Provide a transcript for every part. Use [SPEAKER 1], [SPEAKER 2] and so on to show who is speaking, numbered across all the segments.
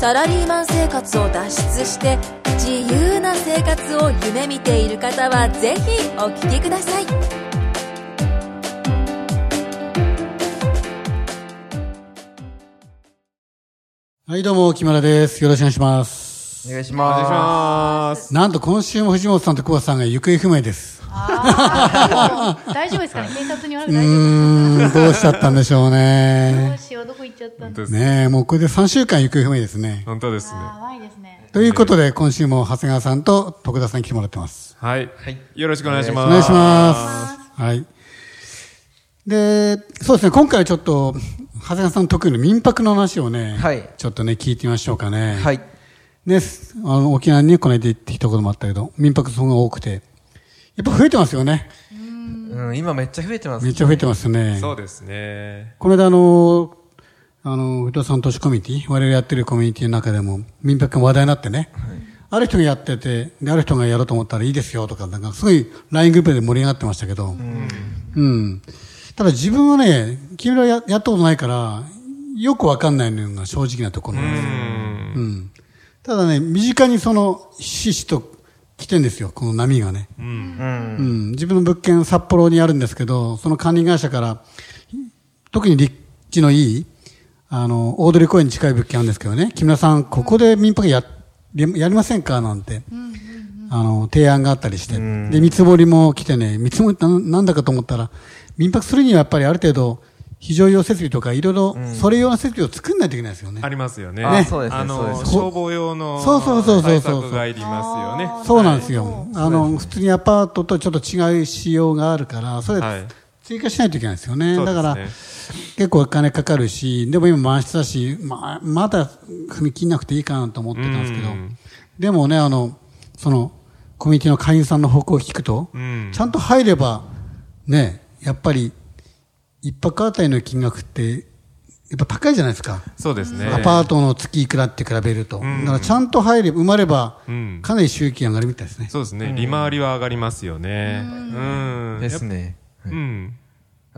[SPEAKER 1] サラリーマン生活を脱出して自由な生活を夢見ている方はぜひお聞きください
[SPEAKER 2] はい、どうも、木村です。よろしくお願いします。
[SPEAKER 3] お願いします。
[SPEAKER 2] なんと今週も藤本さんと久保田さんが行方不明です。
[SPEAKER 4] あー大丈夫ですかね警察に言わ
[SPEAKER 2] う
[SPEAKER 4] れて大丈夫
[SPEAKER 2] ーん、どうしちゃったんでしょう
[SPEAKER 4] ど
[SPEAKER 2] ね
[SPEAKER 4] う。しよう、どこ行っちゃったんだ。
[SPEAKER 3] ですね。
[SPEAKER 2] ねえ、もうこれで3週間行方不明ですね。
[SPEAKER 3] 本当ですね。
[SPEAKER 4] あー甘いですね。
[SPEAKER 2] ということで、今週も長谷川さんと徳田さんに来てもらってます。
[SPEAKER 3] はい。よろしくお願いします。
[SPEAKER 2] お願いします。はい。で、そうですね、今回はちょっと、長谷川さん特有の民泊の話をね、
[SPEAKER 5] はい
[SPEAKER 2] ちょっとね、聞いてみましょうかね。
[SPEAKER 5] はい。
[SPEAKER 2] ね、すあの、沖縄にこの間行ってきたこともあったけど、民泊層が多くて、やっぱ増えてますよね。
[SPEAKER 5] うん、今めっちゃ増えてます
[SPEAKER 2] めっ。ちゃ増えてますよね。
[SPEAKER 3] そうですね。
[SPEAKER 2] この間あの、あの、不動産投資コミュニティ、我々やってるコミュニティの中でも、民泊が話題になってね、ある人がやってて、で、ある人がやろうと思ったらいいですよとか、なんかすごい LINE グループで盛り上がってましたけど、うん。ただ自分はね、木村ややったことないから、よくわかんないのが正直なところなんですよ。うん。ただね、身近にその、ひしひしと来てんですよ、この波がね。
[SPEAKER 5] うん。
[SPEAKER 2] うん、自分の物件、札幌にあるんですけど、その管理会社から、特に立地のいい、あの、大通公園に近い物件あるんですけどね、木村さん、ここで民泊や、やりませんかなんて、あの、提案があったりして、で、見積もりも来てね、見積もりってななんだかと思ったら、民泊するにはやっぱりある程度、非常用設備とか、いろいろ、それ用の設備を作んないといけないですよね。
[SPEAKER 3] ありますよね。
[SPEAKER 5] あそうですね
[SPEAKER 3] あ
[SPEAKER 5] そうで
[SPEAKER 3] の、
[SPEAKER 5] すね
[SPEAKER 3] 消防用の
[SPEAKER 2] そうそうそうそう
[SPEAKER 3] 対
[SPEAKER 2] そう
[SPEAKER 3] 策がいりますよね。
[SPEAKER 2] そうなんですよ。あの、普通にアパートとちょっと違う仕様があるから、それ
[SPEAKER 3] はい
[SPEAKER 2] 追加しないといけないですよね。
[SPEAKER 3] そうで
[SPEAKER 2] だ
[SPEAKER 3] すね
[SPEAKER 2] から、結構お金かかるし、でも今満室だし、まあ、まだ踏み切んなくていいかなと思ってたんですけど
[SPEAKER 3] うん、
[SPEAKER 2] でもね、あの、その、コミュニティの会員さんの方向を聞くと、
[SPEAKER 3] うん
[SPEAKER 2] ち。ゃんと入れば、ね、やっぱり、一泊あたりの金額って、やっぱ高いじゃないですか。
[SPEAKER 3] そうですね。
[SPEAKER 2] アパートの月いくらって比べると。だからちゃんと入れば、埋まれば
[SPEAKER 3] うん、
[SPEAKER 2] かなり収益上がるみたいですね。
[SPEAKER 3] そうですね。利回りは上がりますよね。うん。
[SPEAKER 5] ですね。
[SPEAKER 3] やっぱ。うん。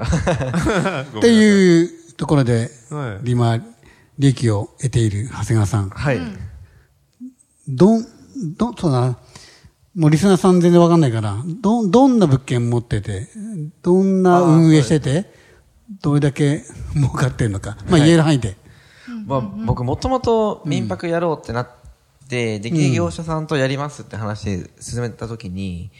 [SPEAKER 3] っ
[SPEAKER 2] って
[SPEAKER 3] う。
[SPEAKER 2] いうところで、
[SPEAKER 3] はい
[SPEAKER 2] 利回り、利益を得ている長谷川さん。
[SPEAKER 5] はい。
[SPEAKER 2] どん、どん、そうだな。もうリスナーさん全然わかんないから、ど、どんな物件持ってて、どんな運営してて、どれだけ儲かってるのか。まあ言える範囲で。
[SPEAKER 5] まあ、僕もともと民泊やろうってなって、できる業者さんとやりますって話で進めたときに、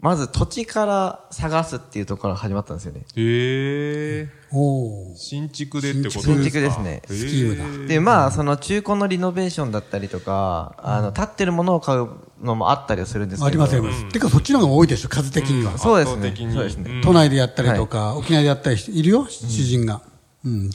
[SPEAKER 5] まず土地から探すっていうところから始まったんですよね。
[SPEAKER 3] へえ。
[SPEAKER 2] おー
[SPEAKER 3] 新築でってことですか
[SPEAKER 5] 新築ですね
[SPEAKER 3] へえ
[SPEAKER 2] スキーム
[SPEAKER 5] で、まあ、その中古のリノベーションだったりとか、あの、立ってるものを買うのもあったりはするんですけど。
[SPEAKER 2] ありますあります。てかそっちの方が多いでしょ、数的には。
[SPEAKER 5] そうです
[SPEAKER 3] 圧倒的
[SPEAKER 5] ね。
[SPEAKER 3] に
[SPEAKER 5] そうですね。
[SPEAKER 2] 都内でやったりとか、沖縄でやったりしているよ、主人が。うん。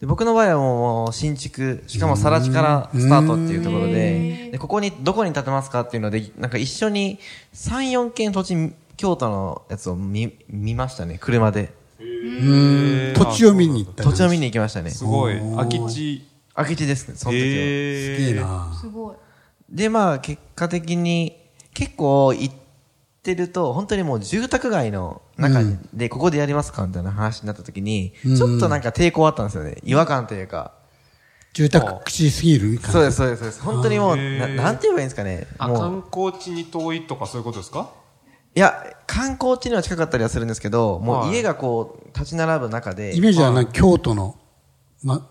[SPEAKER 5] で僕の場合はもう新築しかも更地からスタートっていうところででここにどこに建てますかっていうのでなんか一緒に34軒土地京都のやつを見見ましたね車で
[SPEAKER 2] うん土地を見に行ったり
[SPEAKER 5] 土地を見に行きましたね
[SPEAKER 3] すごい。空き地。
[SPEAKER 5] 空き地ですねその時は、
[SPEAKER 3] へえ。
[SPEAKER 2] いいな
[SPEAKER 4] すごい。
[SPEAKER 5] でまあ結果的に結構行ってると本当にもう住宅街の中にでここでやりますかみたいな話になった時にちょっとなんか抵抗あったんですよね違和感というか
[SPEAKER 2] 住宅地すぎる感じ
[SPEAKER 5] そうですそうですそうです本当にもうな
[SPEAKER 3] へー
[SPEAKER 5] なんて言えばいいんですかね
[SPEAKER 3] あ、
[SPEAKER 5] もう
[SPEAKER 3] 観光地に遠いとかそういうことですか
[SPEAKER 5] いや、観光地には近かったりはするんですけど、も
[SPEAKER 3] は
[SPEAKER 5] う
[SPEAKER 3] い
[SPEAKER 5] 家がこう、立ち並ぶ中で。
[SPEAKER 2] イメージはなんか京都の、ま、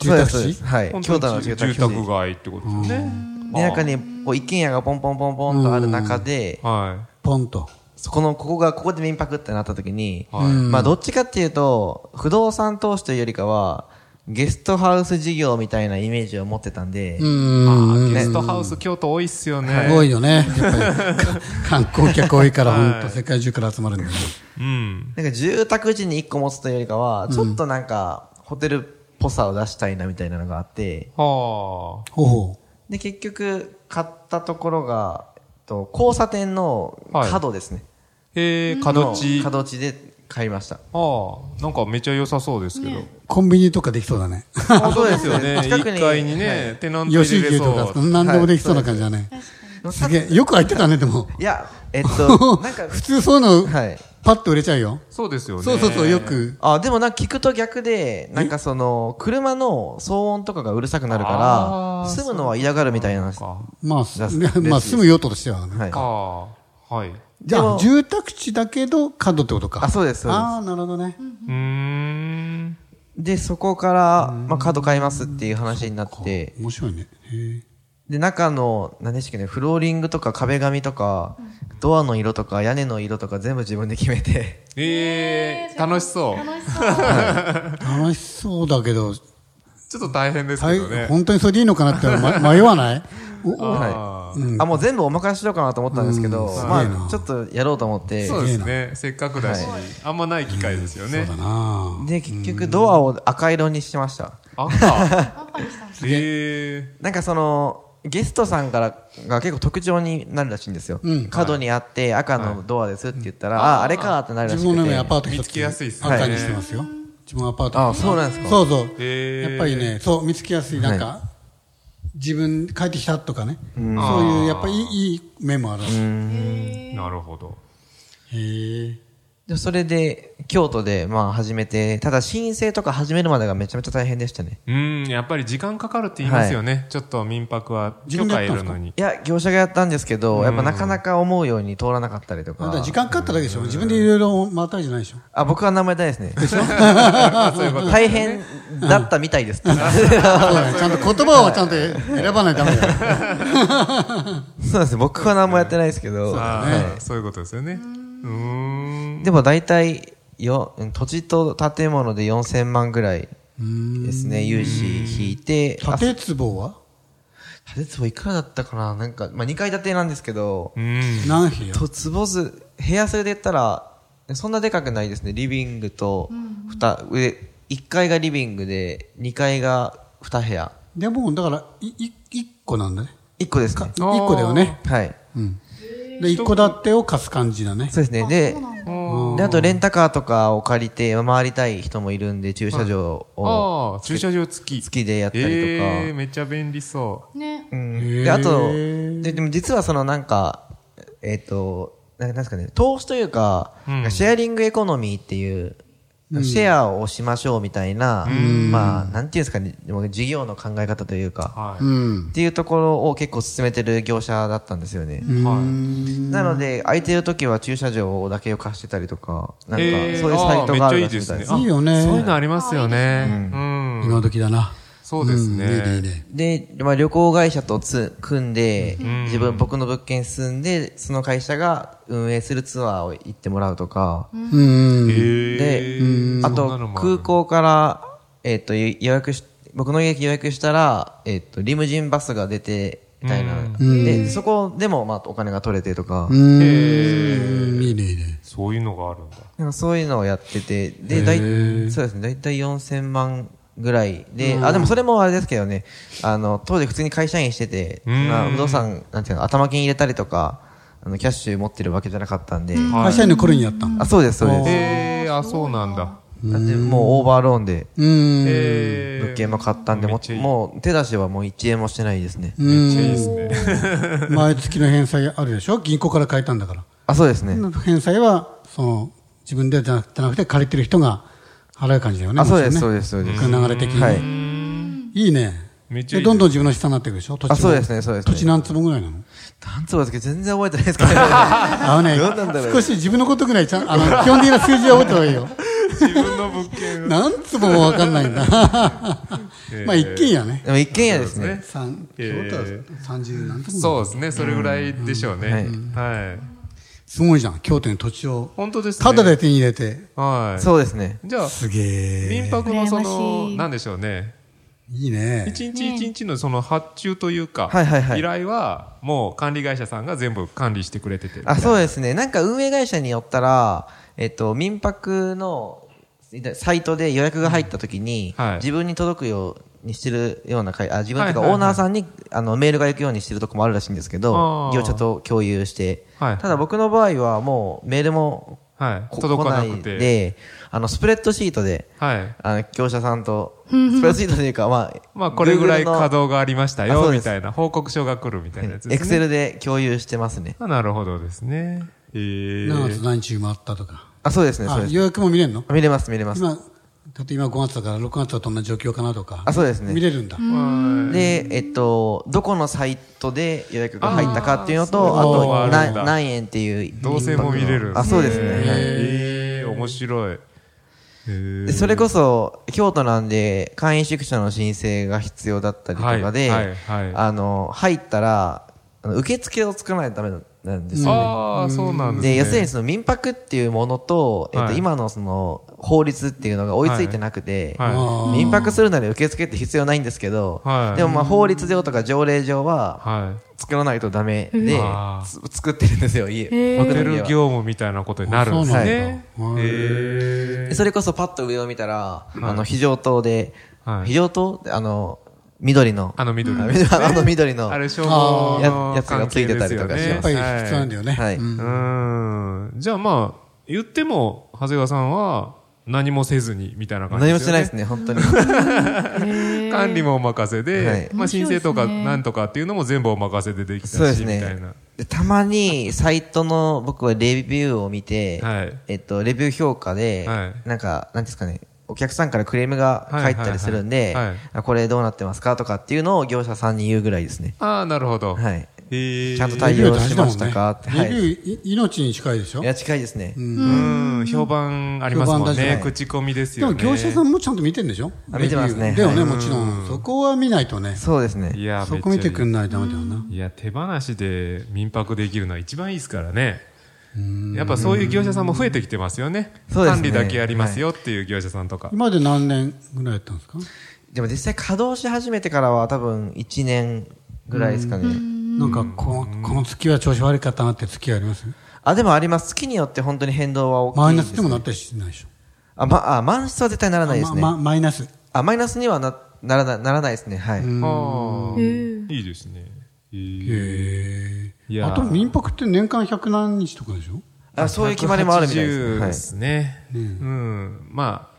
[SPEAKER 2] 住宅
[SPEAKER 5] そうです
[SPEAKER 2] 地
[SPEAKER 5] そうですはい。
[SPEAKER 3] 本
[SPEAKER 5] 京
[SPEAKER 3] 当に
[SPEAKER 5] 都の住宅
[SPEAKER 3] 住宅街ってことですよね。
[SPEAKER 5] で、中に、こう、一軒家がポンポンポンポンとある中で、
[SPEAKER 3] は
[SPEAKER 2] ポンと。
[SPEAKER 5] そこの、ここが、ここで民泊ってなった時に、
[SPEAKER 3] い。はい。
[SPEAKER 5] まあ、どっちかっていうと、不動産投資というよりかは、ゲストハウス事業みたいなイメージを持ってたんで、
[SPEAKER 3] あー
[SPEAKER 2] うん。
[SPEAKER 3] ゲストハウス京都多いっすよね。
[SPEAKER 2] 多いよね。やっぱりか 観光客多いから、
[SPEAKER 3] はい
[SPEAKER 2] 本当世界中から集まるんだよね。
[SPEAKER 3] うん。
[SPEAKER 5] なんか住宅地に一個持つというよりかは、ちょっとなんか、ホテルっぽさを出したいなみたいなのがあって、
[SPEAKER 3] は
[SPEAKER 2] ほうほ
[SPEAKER 5] で、結局、買ったところが、えっと交差点の角ですね。
[SPEAKER 2] う。
[SPEAKER 3] えー、角地。あ
[SPEAKER 5] 角地で買いました。
[SPEAKER 3] あ、なんかめちゃ良さそうですけど。
[SPEAKER 2] コンビニとかできそうだね。
[SPEAKER 3] あそうですよね。
[SPEAKER 5] 近くに
[SPEAKER 3] 1階にね、テナント
[SPEAKER 2] 吉
[SPEAKER 3] 入れ
[SPEAKER 2] 池
[SPEAKER 3] れそ
[SPEAKER 2] と
[SPEAKER 3] う
[SPEAKER 2] か、。何でもできそうな感じだね。すげえ、よく入ってたね、でも。
[SPEAKER 5] いや、えっ と、なんか、
[SPEAKER 2] 普通そういうの、
[SPEAKER 5] はい。
[SPEAKER 2] パッと売れちゃうよ。
[SPEAKER 3] そうですよね。
[SPEAKER 2] そうそうそう、よ。く。
[SPEAKER 5] あ、でもなんか聞くと逆で、なんかその、車の騒音とかがうるさくなるか
[SPEAKER 3] あ
[SPEAKER 5] ら、
[SPEAKER 3] ー
[SPEAKER 5] 住むのは嫌がるみたいなんです。は
[SPEAKER 3] か。
[SPEAKER 2] ま
[SPEAKER 5] ゃ
[SPEAKER 2] あ、
[SPEAKER 5] あ
[SPEAKER 2] ね
[SPEAKER 5] です
[SPEAKER 2] まあ、住む用途としてはね。
[SPEAKER 5] い。
[SPEAKER 3] ああ、はい。う
[SPEAKER 2] じゃ
[SPEAKER 5] で
[SPEAKER 2] あ、
[SPEAKER 5] も
[SPEAKER 2] 住宅地だけど、角ってことか。
[SPEAKER 5] あ、そうです、そう
[SPEAKER 2] ああ、なるほどね。
[SPEAKER 3] ーん。
[SPEAKER 5] です。で、そこから、まあ、カード買いますっていう話になって、
[SPEAKER 2] 面白いね。へ
[SPEAKER 5] で、中の、何でしたっけね、フローリングとか壁紙とか、ドアの色とか屋根の色とか全部自分で決めて、
[SPEAKER 3] ええー、楽しそう。
[SPEAKER 4] 楽しそう。
[SPEAKER 2] え楽しそうだけど、
[SPEAKER 3] ちょっと大変です
[SPEAKER 2] は
[SPEAKER 3] け
[SPEAKER 2] い
[SPEAKER 3] どね。
[SPEAKER 2] 本当にそれでいいのかなって、 ま迷わないおお
[SPEAKER 3] あー
[SPEAKER 5] あ、もう全部お任せしようかなと思ったんですけど、
[SPEAKER 2] うんすげえな
[SPEAKER 5] まあ、ちょっとやろうと思って、
[SPEAKER 3] そうですね。せっかくだし、あんまない機会ですよね。
[SPEAKER 2] だなあ
[SPEAKER 5] で、結局ドアを赤色にしました。
[SPEAKER 3] 赤。
[SPEAKER 4] パパにしたんです
[SPEAKER 3] え
[SPEAKER 5] なんかその、ゲストさんからが結構特徴になるらしいんですよ。角にあって赤のドアですって言ったら、あ、あれかってなるらし
[SPEAKER 2] 自
[SPEAKER 5] くて。
[SPEAKER 2] 分のね、アパート一つ
[SPEAKER 3] 見つけやすいっすね
[SPEAKER 2] 赤にしてますよ。自分のアパート。
[SPEAKER 5] あそうなんですか
[SPEAKER 2] そうそう。
[SPEAKER 3] へー
[SPEAKER 2] やっぱりね、そう、見つけやすい。なん
[SPEAKER 5] は
[SPEAKER 2] か、自分帰ってきたとかね。そういう、やっぱりいいいい面もあるし。へ
[SPEAKER 3] えー。なるほど。
[SPEAKER 2] え。
[SPEAKER 5] でそれで、京都で、まあ始めて、ただ申請とか始めるまでがめちゃめちゃ大変でしたね。
[SPEAKER 3] うん、やっぱり時間かかるって言いますよね。ちょっと民泊は
[SPEAKER 2] 自
[SPEAKER 3] 許
[SPEAKER 2] 分で
[SPEAKER 3] 可
[SPEAKER 2] やったんで
[SPEAKER 3] 得る
[SPEAKER 2] すか
[SPEAKER 3] のに。
[SPEAKER 5] いや、業者がやったんですけど、やっぱなかなか思うように通らなかったりと
[SPEAKER 2] あん
[SPEAKER 5] か
[SPEAKER 2] た。時間かかっただけでしょ。自分でいろいろ回ったりじゃないでしょ。
[SPEAKER 5] あ、僕は名前大ですね。
[SPEAKER 3] そういうこと
[SPEAKER 5] 大変だったみたい です。
[SPEAKER 2] そうだねちゃんと言葉はちゃんと選ばないとダメだよ。
[SPEAKER 5] そうなんです僕は何もやってないですけど。
[SPEAKER 3] ああ、そういうことですよね。うーん。
[SPEAKER 5] でも大体よ、土地と建物で4000万ぐらいですね、融資引いて、あ
[SPEAKER 2] 縦壺は
[SPEAKER 5] 建坪いくらだったかななんか、まあ、2階建てなんですけど
[SPEAKER 3] う、ん。
[SPEAKER 2] 何部屋
[SPEAKER 5] と坪数、部屋数で言ったら、そんなでかくないですね。リビングと、ふた、上、1階がリビングで、2階が2部屋。
[SPEAKER 2] でも、だから、い、い、一個なんだね。
[SPEAKER 5] 1個ですか
[SPEAKER 2] 一個だよね。
[SPEAKER 5] はい。
[SPEAKER 2] うん。で、一戸建てを貸す感じだね。
[SPEAKER 5] そうですね。で
[SPEAKER 4] そう、なんだ
[SPEAKER 5] で、あとレンタカーとかを借りて、回りたい人もいるんで、駐車場を、
[SPEAKER 3] ああ、駐車場付き。
[SPEAKER 5] 付きでやったりとか。
[SPEAKER 3] ええー、めっちゃ便利そう。
[SPEAKER 4] ね。
[SPEAKER 2] へ
[SPEAKER 5] で、
[SPEAKER 2] ー
[SPEAKER 5] あと、で、でも実はそのなんか、えっ、と、ななんですかね、投資というか、
[SPEAKER 3] うん
[SPEAKER 5] シェアリングエコノミーっていう、シェアをしましょうみたいな、まあ、なんていうんですかね、でも事業の考え方というか、
[SPEAKER 3] は
[SPEAKER 2] う
[SPEAKER 3] い。
[SPEAKER 2] ん。
[SPEAKER 5] っていうところを結構進めてる業者だったんですよね。
[SPEAKER 3] はい。
[SPEAKER 5] なので、空いてる時は駐車場だけを貸してたりとか、なんか、そう
[SPEAKER 3] え
[SPEAKER 5] い
[SPEAKER 3] ー
[SPEAKER 5] うサイトがある
[SPEAKER 3] めっ
[SPEAKER 5] ら
[SPEAKER 3] ち
[SPEAKER 5] しい
[SPEAKER 3] ゃいいで
[SPEAKER 5] み
[SPEAKER 3] す
[SPEAKER 5] たい
[SPEAKER 3] ね
[SPEAKER 5] で。す。
[SPEAKER 2] いいよね
[SPEAKER 3] そういうのありますよね。うん。
[SPEAKER 2] 今時だな。
[SPEAKER 3] そうですね。
[SPEAKER 2] んいいね、いいね。
[SPEAKER 5] で、まあ、旅行会社とつ組んで、自分、僕の物件住んで、その会社が運営するツアーを行ってもらうとか、
[SPEAKER 2] うん。
[SPEAKER 5] で
[SPEAKER 3] へー、
[SPEAKER 5] あ
[SPEAKER 3] そんなの
[SPEAKER 5] と
[SPEAKER 3] も、ある
[SPEAKER 5] 空港から、えっ、と、ゆ予約し、僕の家予約したら、えっ、と、リムジンバスが出て、みたいな。で、そこでも、まあ、お金が取れてとか、
[SPEAKER 2] うん。
[SPEAKER 3] へー
[SPEAKER 2] いいね、いいね。
[SPEAKER 3] そういうのがあるんだ。
[SPEAKER 5] なんかそういうのをやってて、で、だい、そうですね、だいたい4000万ぐらいで、あ、でもそれもあれですけどね、あの、当時普通に会社員してて、
[SPEAKER 3] ん
[SPEAKER 5] まあ、不動産、なんていうの、頭金入れたりとか、あの、キャッシュ持ってるわけじゃなかったんで、
[SPEAKER 3] はい
[SPEAKER 2] 会社員の頃にやったの
[SPEAKER 5] あ、そうです、そうで
[SPEAKER 3] えー、あ、そうなんだ。
[SPEAKER 5] す。なんで、もうオーバーローンで、
[SPEAKER 2] うん。
[SPEAKER 3] えー、
[SPEAKER 5] 物件も買ったんで、
[SPEAKER 3] めっ
[SPEAKER 5] も
[SPEAKER 3] ちゃいい
[SPEAKER 5] もう手出しはもう1円もしてないですね。
[SPEAKER 2] うん
[SPEAKER 3] めっちゃいいで すね。
[SPEAKER 2] 毎月の返済あるでしょ銀行から借りたんだから。
[SPEAKER 5] あ、そうですね。
[SPEAKER 2] 返済は、その、自分でじゃなくて借りてる人が払う感じだよね。
[SPEAKER 5] あ、そうです、
[SPEAKER 2] もち
[SPEAKER 5] そ
[SPEAKER 2] ろ
[SPEAKER 5] うん
[SPEAKER 2] ね
[SPEAKER 5] です、そうです。
[SPEAKER 2] 流れ的に。
[SPEAKER 5] はい。
[SPEAKER 2] いいね。
[SPEAKER 3] めっちゃいい
[SPEAKER 2] でどんどん自分の資産になっていくでしょ土地も
[SPEAKER 5] あそうですねそうですね
[SPEAKER 2] 土地何坪ぐらいなの
[SPEAKER 5] 何坪ですけど全然覚えてないですけど、ね、
[SPEAKER 2] あのね
[SPEAKER 5] どうなんだろ、う
[SPEAKER 2] 少し自分のことぐらいちゃん、あの、基本的な数字は覚えた方がいいよ。
[SPEAKER 3] 自分の物 件が。
[SPEAKER 2] 何坪もわかんないんだ。まあ、一軒家ね。
[SPEAKER 5] でも一軒家ですね。
[SPEAKER 2] 三、
[SPEAKER 3] えー
[SPEAKER 2] 三十何坪
[SPEAKER 3] そうですね、それぐらいでしょうね。はい。
[SPEAKER 2] すごいじゃん。京都に土地を、
[SPEAKER 3] 本当ですね。
[SPEAKER 2] ただで手に入れて。
[SPEAKER 3] はい。
[SPEAKER 5] そうですね。
[SPEAKER 3] じゃあ、
[SPEAKER 2] すげえ。
[SPEAKER 3] 民泊のそ
[SPEAKER 4] 羨ま
[SPEAKER 3] の
[SPEAKER 4] し、い
[SPEAKER 3] なんでしょうね。
[SPEAKER 2] いいね。
[SPEAKER 3] 一日一日のその発注というか、
[SPEAKER 5] はいはいはい
[SPEAKER 3] 依頼は、もう管理会社さんが全部管理してくれてて。
[SPEAKER 5] あ、そうですね。なんか運営会社によったら、えっと、民泊の、サイトで予約が入った時に、
[SPEAKER 3] はい
[SPEAKER 5] 自分に届くようにしてるような会、あ、自分とか
[SPEAKER 3] はい
[SPEAKER 5] オ
[SPEAKER 3] はいはい
[SPEAKER 5] ーナーさんに、あの、メールが行くようにしてるとこもあるらしいんですけど
[SPEAKER 3] あ、ー
[SPEAKER 5] 業者と共有して、
[SPEAKER 3] はい
[SPEAKER 5] ただ僕の場合はもうメールも
[SPEAKER 3] はい。
[SPEAKER 5] こ
[SPEAKER 3] 届かな
[SPEAKER 5] 来い
[SPEAKER 3] くて。
[SPEAKER 5] で、あの、スプレッドシートで、
[SPEAKER 3] はい。
[SPEAKER 5] あの、業者さんと、スプレッドシートというか、まあ、
[SPEAKER 3] まあ、これぐらい
[SPEAKER 5] Google の
[SPEAKER 3] 稼働がありました
[SPEAKER 5] あそ
[SPEAKER 3] よ、
[SPEAKER 5] うで
[SPEAKER 3] み
[SPEAKER 5] す
[SPEAKER 3] たいな。報告書が来るみたいなやつで
[SPEAKER 5] エ
[SPEAKER 3] す
[SPEAKER 5] ク
[SPEAKER 3] ね。
[SPEAKER 5] セルで共有してますね。
[SPEAKER 3] あなるほどですね。え
[SPEAKER 2] 何月
[SPEAKER 3] ー。
[SPEAKER 2] 何日回ったとか。
[SPEAKER 5] あ、そうですね、そう
[SPEAKER 2] あ
[SPEAKER 5] です。
[SPEAKER 2] 予約も見れるの
[SPEAKER 5] 見れます、見れます。
[SPEAKER 2] 今、だって今5月だから6月はどんな状況かなとか。
[SPEAKER 5] あ、そうです
[SPEAKER 2] 見
[SPEAKER 5] ね。
[SPEAKER 2] れるんだ。
[SPEAKER 5] で、えっと、どこのサイトで予約が入ったかっていうの
[SPEAKER 3] あー
[SPEAKER 5] と、あ
[SPEAKER 3] そういうのもあ
[SPEAKER 5] と、
[SPEAKER 3] るんだ
[SPEAKER 5] な何円っていう。
[SPEAKER 3] 動線も見れるん
[SPEAKER 5] あ、そうですね。はい
[SPEAKER 3] えー、面白い。えー
[SPEAKER 5] でそれこそ、京都なんで、会員宿舎の申請が必要だったりとかで、
[SPEAKER 3] はいはいはい
[SPEAKER 5] あの、入ったら、あの受付を作らないとダメなんですよね。
[SPEAKER 3] ああ、そうなんですね。
[SPEAKER 5] で、要するにその民泊っていうものと、えっ
[SPEAKER 3] は
[SPEAKER 5] と、
[SPEAKER 3] い
[SPEAKER 5] 今のその法律っていうのが追いついてなくて、
[SPEAKER 3] は
[SPEAKER 2] は
[SPEAKER 3] い
[SPEAKER 2] い
[SPEAKER 5] 民泊するなら受付って必要ないんですけど、
[SPEAKER 3] はい
[SPEAKER 5] でもまあ法律上とか条例上は
[SPEAKER 3] は
[SPEAKER 5] 作らないとダメで
[SPEAKER 3] あ、
[SPEAKER 5] つ作ってるんですよ、家。
[SPEAKER 3] い。ホ
[SPEAKER 5] 僕
[SPEAKER 3] テ
[SPEAKER 5] の
[SPEAKER 3] ル
[SPEAKER 5] 家は
[SPEAKER 3] 業務みたいなことになるんですね。
[SPEAKER 2] あそうなんだ
[SPEAKER 3] え
[SPEAKER 5] でそれこそパッと上を見たら、あの、非常灯で、
[SPEAKER 3] はい
[SPEAKER 5] 非常灯あの、緑の、
[SPEAKER 3] あの緑の
[SPEAKER 5] あ緑あの緑の
[SPEAKER 3] あれ、消防の
[SPEAKER 5] あーややつがついてたりとかします
[SPEAKER 3] 関係ですよね
[SPEAKER 2] やっぱり必要なんだよね。
[SPEAKER 5] はい
[SPEAKER 2] うん
[SPEAKER 3] うーんじゃあまあ、言っても、長谷川さんは何もせずにみたいな感じ
[SPEAKER 5] 何もしてないで
[SPEAKER 3] で
[SPEAKER 5] すすね、本当に。
[SPEAKER 3] ね。管理もお任せで、
[SPEAKER 5] はい
[SPEAKER 3] まあ申請とか
[SPEAKER 4] 面白いですね
[SPEAKER 3] なんとかっていうのも全部お任せでできたし、
[SPEAKER 5] そうです
[SPEAKER 3] みたいな
[SPEAKER 5] ね。。でたまに、サイトの僕はレビューを見て、
[SPEAKER 3] はい
[SPEAKER 5] えっと、レビュー評価で、
[SPEAKER 3] はい
[SPEAKER 5] なんか、なんですかね、お客さんからクレームが返ったりするんで、
[SPEAKER 3] はいはいはい
[SPEAKER 5] あこれどうなってますかとかっていうのを業者さんに言うぐらいですね。
[SPEAKER 3] ああ、なるほど。
[SPEAKER 5] はい。
[SPEAKER 3] えー、
[SPEAKER 5] ちゃんと対応
[SPEAKER 2] レビュー大事だもんね
[SPEAKER 5] しましたかっては
[SPEAKER 2] レ
[SPEAKER 5] い
[SPEAKER 2] ビューい、命に近いでしょ
[SPEAKER 5] いや、近いですね。
[SPEAKER 3] うん、評判あります
[SPEAKER 2] 評
[SPEAKER 3] も
[SPEAKER 2] 判
[SPEAKER 3] ん
[SPEAKER 2] だし
[SPEAKER 3] ね
[SPEAKER 2] ね。
[SPEAKER 3] 口コミです
[SPEAKER 2] で
[SPEAKER 3] よ
[SPEAKER 2] も
[SPEAKER 3] ね。
[SPEAKER 2] 業者さんもちゃんと見てんでしょ
[SPEAKER 5] あ見てますね
[SPEAKER 2] レビューだよね、
[SPEAKER 5] はい
[SPEAKER 2] もちろん。そこは見ないとね。
[SPEAKER 5] そうですね。
[SPEAKER 3] いや、
[SPEAKER 2] そこ見てくん
[SPEAKER 3] な
[SPEAKER 2] ないとダメだよな。
[SPEAKER 3] い。いや、手放しで民泊できるのは一番いいですからね。やっぱそういう業者さんも増えてきてますよね。
[SPEAKER 5] そうですね
[SPEAKER 3] 管理だけやりますよっていう業者さんとか。
[SPEAKER 2] 今まで何年ぐらいやったんですか
[SPEAKER 5] でも実際稼働し始めてからは多分1年ぐらいですかね。
[SPEAKER 2] なんかこの、この月は調子悪かったなって月あります
[SPEAKER 5] あ、でもあります。月によって本当に変動は大きいです。
[SPEAKER 2] マイナスでもなったりしないでしょ。
[SPEAKER 5] あ、ま、あ、満室は絶対ならないですね。
[SPEAKER 2] ままマイナス。
[SPEAKER 5] あ、マイナスにはな、ならない、ならないですね。はい。
[SPEAKER 3] ああ、いいですね。えー
[SPEAKER 2] へ
[SPEAKER 3] い
[SPEAKER 2] え。
[SPEAKER 3] や
[SPEAKER 2] あ
[SPEAKER 3] ー
[SPEAKER 2] と民泊って年間100何日とかでしょ
[SPEAKER 5] あ、そういう決まりもあるみたい
[SPEAKER 3] 180で
[SPEAKER 5] ですね。
[SPEAKER 3] すね。うん。まあ、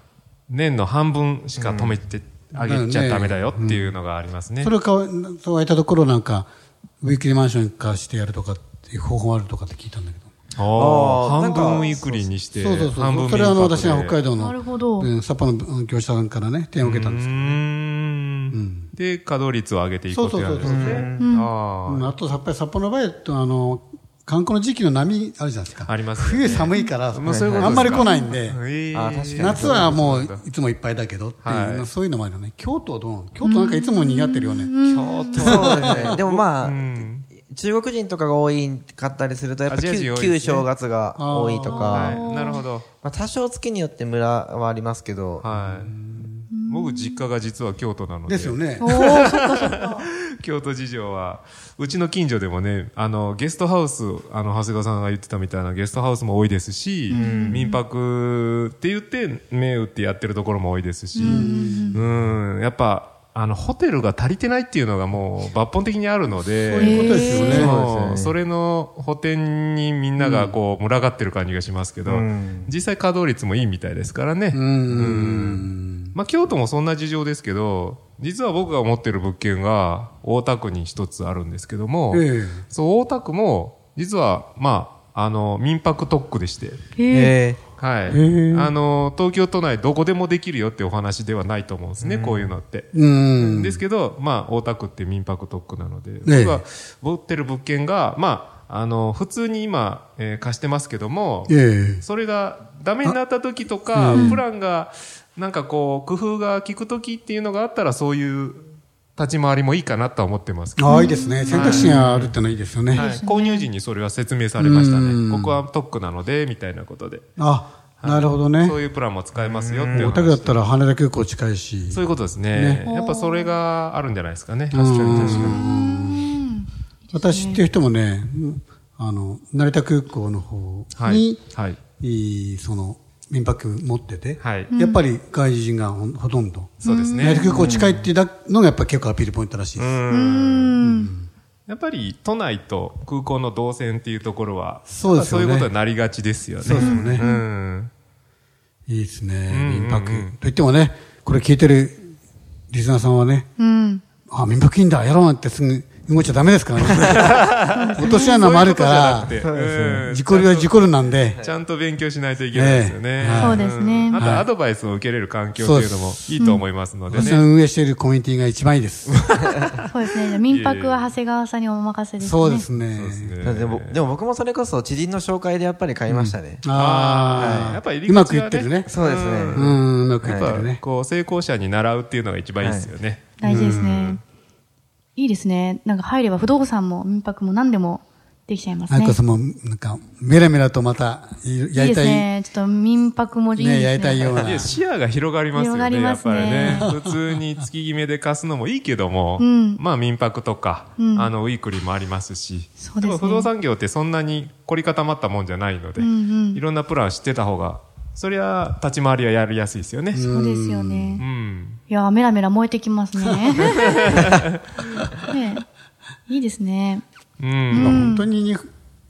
[SPEAKER 3] 年の半分しか止めてあげちゃダメだよっていうのがありますね
[SPEAKER 2] そ。れをかわ、そういったところなんか、ウィークリーマンション化してやるとかっていう方法あるとかって聞いたんだけど。
[SPEAKER 3] あ
[SPEAKER 5] あ
[SPEAKER 3] あ
[SPEAKER 5] ー
[SPEAKER 3] 半分ウィークリーにして、
[SPEAKER 2] そうそう
[SPEAKER 3] 半
[SPEAKER 2] そ
[SPEAKER 3] 分
[SPEAKER 2] う。それはあの、
[SPEAKER 3] 民泊で
[SPEAKER 2] 私が北海道
[SPEAKER 4] な
[SPEAKER 2] の
[SPEAKER 4] る、ほど。
[SPEAKER 2] うん札幌の業者さんからね、提案を受けたんです
[SPEAKER 3] うー
[SPEAKER 2] け
[SPEAKER 3] ん。で、稼働率を上げていこうってなるんです
[SPEAKER 2] そうそう
[SPEAKER 3] ね。
[SPEAKER 2] ど、
[SPEAKER 3] あ
[SPEAKER 2] うんあと、やっぱり札幌の場合だと、あの、観光の時期の波あるじゃないですか。
[SPEAKER 3] ありますよね
[SPEAKER 2] 冬寒いから、
[SPEAKER 3] もうそういうことですか
[SPEAKER 2] あんまり来ないんで
[SPEAKER 3] あ。、ええ
[SPEAKER 5] あ確かに
[SPEAKER 2] 夏はもういつもいっぱいだけどっていう、
[SPEAKER 3] はい
[SPEAKER 2] そういうのもあるよね。京都はどうなの京都なんかいつも賑わってるよね。
[SPEAKER 3] 京都
[SPEAKER 5] そうですね。でもまあ、
[SPEAKER 3] ん
[SPEAKER 5] 中国人とかが多いかったりすると、やっぱ
[SPEAKER 3] アジア人
[SPEAKER 5] 旧
[SPEAKER 3] 多
[SPEAKER 5] 旧
[SPEAKER 3] いですね
[SPEAKER 5] 正月が多いと
[SPEAKER 3] は
[SPEAKER 5] か、
[SPEAKER 3] い。なるほど。
[SPEAKER 5] まあ多少月によって村はありますけど、
[SPEAKER 3] はい。僕、実家が実は京都なので。
[SPEAKER 2] ですよね
[SPEAKER 4] お。ー、そっかそっか。
[SPEAKER 3] 京都事情は、うちの近所でもね、あの、ゲストハウス、あの、長谷川さんが言ってたみたいなゲストハウスも多いですし、民泊って言って、銘打ってやってるところも多いですし、うん、やっぱ、あの、ホテルが足りてないっていうのがもう抜本的にあるので、
[SPEAKER 2] そういうことですよね。
[SPEAKER 3] そうそれの補填にみんながこう、群がってる感じがしますけど、実際稼働率もいいみたいですからね。うんまあ、京都もそんな事情ですけど、実は僕が持ってる物件が大田区に一つあるんですけども、
[SPEAKER 2] ええ
[SPEAKER 3] そう、大田区も、実は、まあ、あの、民泊特区でして、
[SPEAKER 5] え
[SPEAKER 3] はい。
[SPEAKER 2] へえ
[SPEAKER 3] あの、東京都内どこでもできるよってお話ではないと思うんですね、こういうのって。
[SPEAKER 2] うん。
[SPEAKER 3] ですけど、まあ、大田区って民泊特区なので、
[SPEAKER 2] え
[SPEAKER 3] 僕が持ってる物件が、まあ、あの、普通に今、えー貸してますけども、
[SPEAKER 2] ええ
[SPEAKER 3] それがダメになった時とか、プランが、なんかこう、工夫が効く時っていうのがあったら、そういう立ち回りもいいかなとは思ってますけど、
[SPEAKER 2] ああ、いいですね。選択肢があるってのはいいですよね。
[SPEAKER 3] はい購入時にそれは説明されました
[SPEAKER 2] う
[SPEAKER 3] ね。
[SPEAKER 2] ん
[SPEAKER 3] ここは特区なので、みたいなことで。
[SPEAKER 2] あ、なるほどね
[SPEAKER 3] そ。ういうプランも使えますよっていう
[SPEAKER 2] お
[SPEAKER 3] 話
[SPEAKER 2] 宅だったら羽田空港近いし。
[SPEAKER 3] そういうことですね。やっぱそれがあるんじゃないですかね。確かに確かに。
[SPEAKER 2] 私っていう人もね、うんあの、成田空港の方
[SPEAKER 3] はい
[SPEAKER 2] に、。
[SPEAKER 3] はい。
[SPEAKER 2] いいその、民泊持ってて、
[SPEAKER 3] はい
[SPEAKER 2] やっぱり外人がほほとんど。
[SPEAKER 3] そうですね
[SPEAKER 2] なるべくこう近いっていうだのがやっぱり結構アピールポイントらしいです。
[SPEAKER 3] やっぱり都内と空港の動線っていうところは、
[SPEAKER 2] そうですよね
[SPEAKER 3] やっぱそういうことになりがちですよね。
[SPEAKER 2] そうですよね
[SPEAKER 3] うん。
[SPEAKER 2] いいですね、民泊。といってもね、これ聞いてるリスナーさんはね、
[SPEAKER 4] うん。
[SPEAKER 2] あ、民泊いいんだ、やろうなんてすぐ動いちゃダメですから ね。落とし穴もあるから、
[SPEAKER 3] そういうことじゃなくてうん
[SPEAKER 2] 事故りは事故るなんで、
[SPEAKER 3] ちゃんと勉強しないといけないですよね。
[SPEAKER 2] ええはい
[SPEAKER 4] そうですね
[SPEAKER 3] んあ
[SPEAKER 2] はい
[SPEAKER 3] と、アドバイスを受けれる環境っていうのもいいと思いますので
[SPEAKER 2] 私の
[SPEAKER 3] ね。
[SPEAKER 2] 運営しているコミュニティが一番いいです。
[SPEAKER 4] そう ですね。じゃあ民泊は長谷川さんにお任せですね。
[SPEAKER 2] そうです
[SPEAKER 3] そうです
[SPEAKER 2] ね。
[SPEAKER 3] ね
[SPEAKER 5] でも、でも僕もそれこそ知人の紹介でやっぱり買いましたね。
[SPEAKER 2] ああ、
[SPEAKER 3] やっぱ入り
[SPEAKER 2] う
[SPEAKER 3] 口は
[SPEAKER 2] ま
[SPEAKER 3] ね
[SPEAKER 2] くいってるね。
[SPEAKER 5] そうですね。
[SPEAKER 2] うん、うまくい
[SPEAKER 3] や
[SPEAKER 2] っ
[SPEAKER 3] ってぱ
[SPEAKER 2] るね。
[SPEAKER 3] こう、成功者に習うっていうのが一番いいですよね。
[SPEAKER 4] 大事ですね。いいですね。なんか入れば不動産も民泊も何でもできちゃいます
[SPEAKER 2] な
[SPEAKER 4] ね。
[SPEAKER 2] んかその、なんか、メラメラとまた、いや
[SPEAKER 4] いい
[SPEAKER 2] りた
[SPEAKER 4] で
[SPEAKER 2] い、
[SPEAKER 4] すね。ちょっと民泊もいいですね。
[SPEAKER 2] ねやりたいようない
[SPEAKER 3] や、視野が広がりますよ
[SPEAKER 4] 広がり
[SPEAKER 3] ね、や
[SPEAKER 4] ま
[SPEAKER 3] っ
[SPEAKER 4] す
[SPEAKER 3] ぱり
[SPEAKER 4] ね
[SPEAKER 3] ね。普通に月決めで貸すのもいいけども、
[SPEAKER 4] ん
[SPEAKER 3] まあ民泊とか、あの、ウィークリーもありますし、
[SPEAKER 4] そうですね
[SPEAKER 3] やっぱ不動産業ってそんなに凝り固まったもんじゃないので、いろんなプラン知ってた方が、そりゃ、立ち回りはやりやすいですよね。
[SPEAKER 4] そうですよね。
[SPEAKER 3] うん。
[SPEAKER 4] いやー、メラメラ燃えてきますね。 ねえいいですね。
[SPEAKER 3] うん。
[SPEAKER 2] 本当にに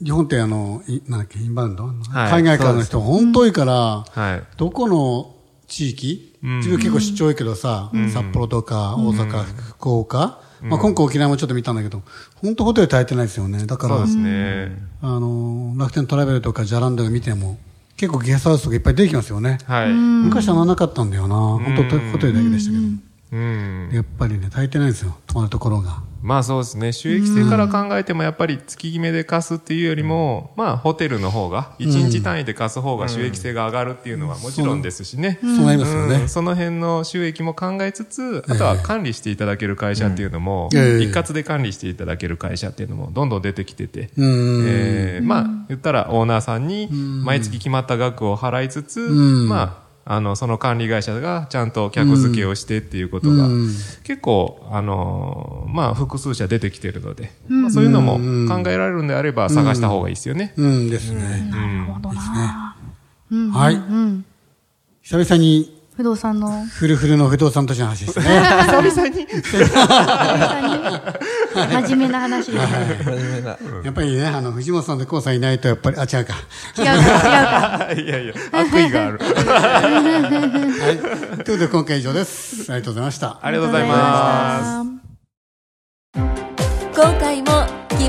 [SPEAKER 2] 日本ってあの、いなんだっけ、インバウンド、
[SPEAKER 3] はい
[SPEAKER 2] 海外からの人、本当多いから、
[SPEAKER 3] はい。
[SPEAKER 2] どこの地域、
[SPEAKER 3] ん
[SPEAKER 2] 自分結構出張多いけどさ、札幌とか大阪、福岡、まあ、今回沖縄もちょっと見たんだけど、本当ホテル足りてないですよね。だか
[SPEAKER 3] そう
[SPEAKER 2] ら
[SPEAKER 3] で、すね。
[SPEAKER 2] あの、楽天トラベルとかジャランドが見ても、結構ゲストハウスとかいっぱい出てきますよね。
[SPEAKER 3] はい。
[SPEAKER 2] 昔はならなかったんだよな。本当ホテルだけでしたけど。
[SPEAKER 3] うん。
[SPEAKER 2] やっぱりね、足りてないんですよ。泊まるところが。
[SPEAKER 3] まあそうですね。収益性から考えてもやっぱり月決めで貸すっていうよりも、まあホテルの方が、1日単位で貸す方が収益性が上がるっていうのはもちろんですしね。
[SPEAKER 2] そうなりますよね
[SPEAKER 3] うん。その辺の収益も考えつつ、あとは管理していただける会社っていうのも、
[SPEAKER 2] うんええ
[SPEAKER 3] 一括で管理していただける会社っていうのもどんどん出てきてて、
[SPEAKER 2] うん
[SPEAKER 3] えーまあ言ったらオーナーさんに毎月決まった額を払いつつ、
[SPEAKER 2] ん
[SPEAKER 3] まあ、あの、その管理会社がちゃんと客付けをしてっていうことが、
[SPEAKER 2] うん
[SPEAKER 3] 結構、あのーまあ、複数社出てきてるので、まあ、そういうのも考えられるんであれば探した方がいいですよね。
[SPEAKER 2] うんですね。
[SPEAKER 4] なるほどな。うんうん
[SPEAKER 2] はい
[SPEAKER 4] うん
[SPEAKER 2] 久々に、
[SPEAKER 4] 不動産の。
[SPEAKER 2] フルフルの不動産都市の話です ね。
[SPEAKER 4] 真面目な話ですね。
[SPEAKER 5] 真面目な
[SPEAKER 2] やっぱりね、あの、藤本さんとコウさんいないと、やっぱり、あ、違うか。
[SPEAKER 4] 違うか、違うか。
[SPEAKER 3] いやいや、悪意 がある。
[SPEAKER 2] はい。ということで、今回以上です。ありがとうございました。
[SPEAKER 3] ありがとうございます。
[SPEAKER 4] す。
[SPEAKER 1] 今回も木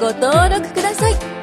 [SPEAKER 1] ご登録ください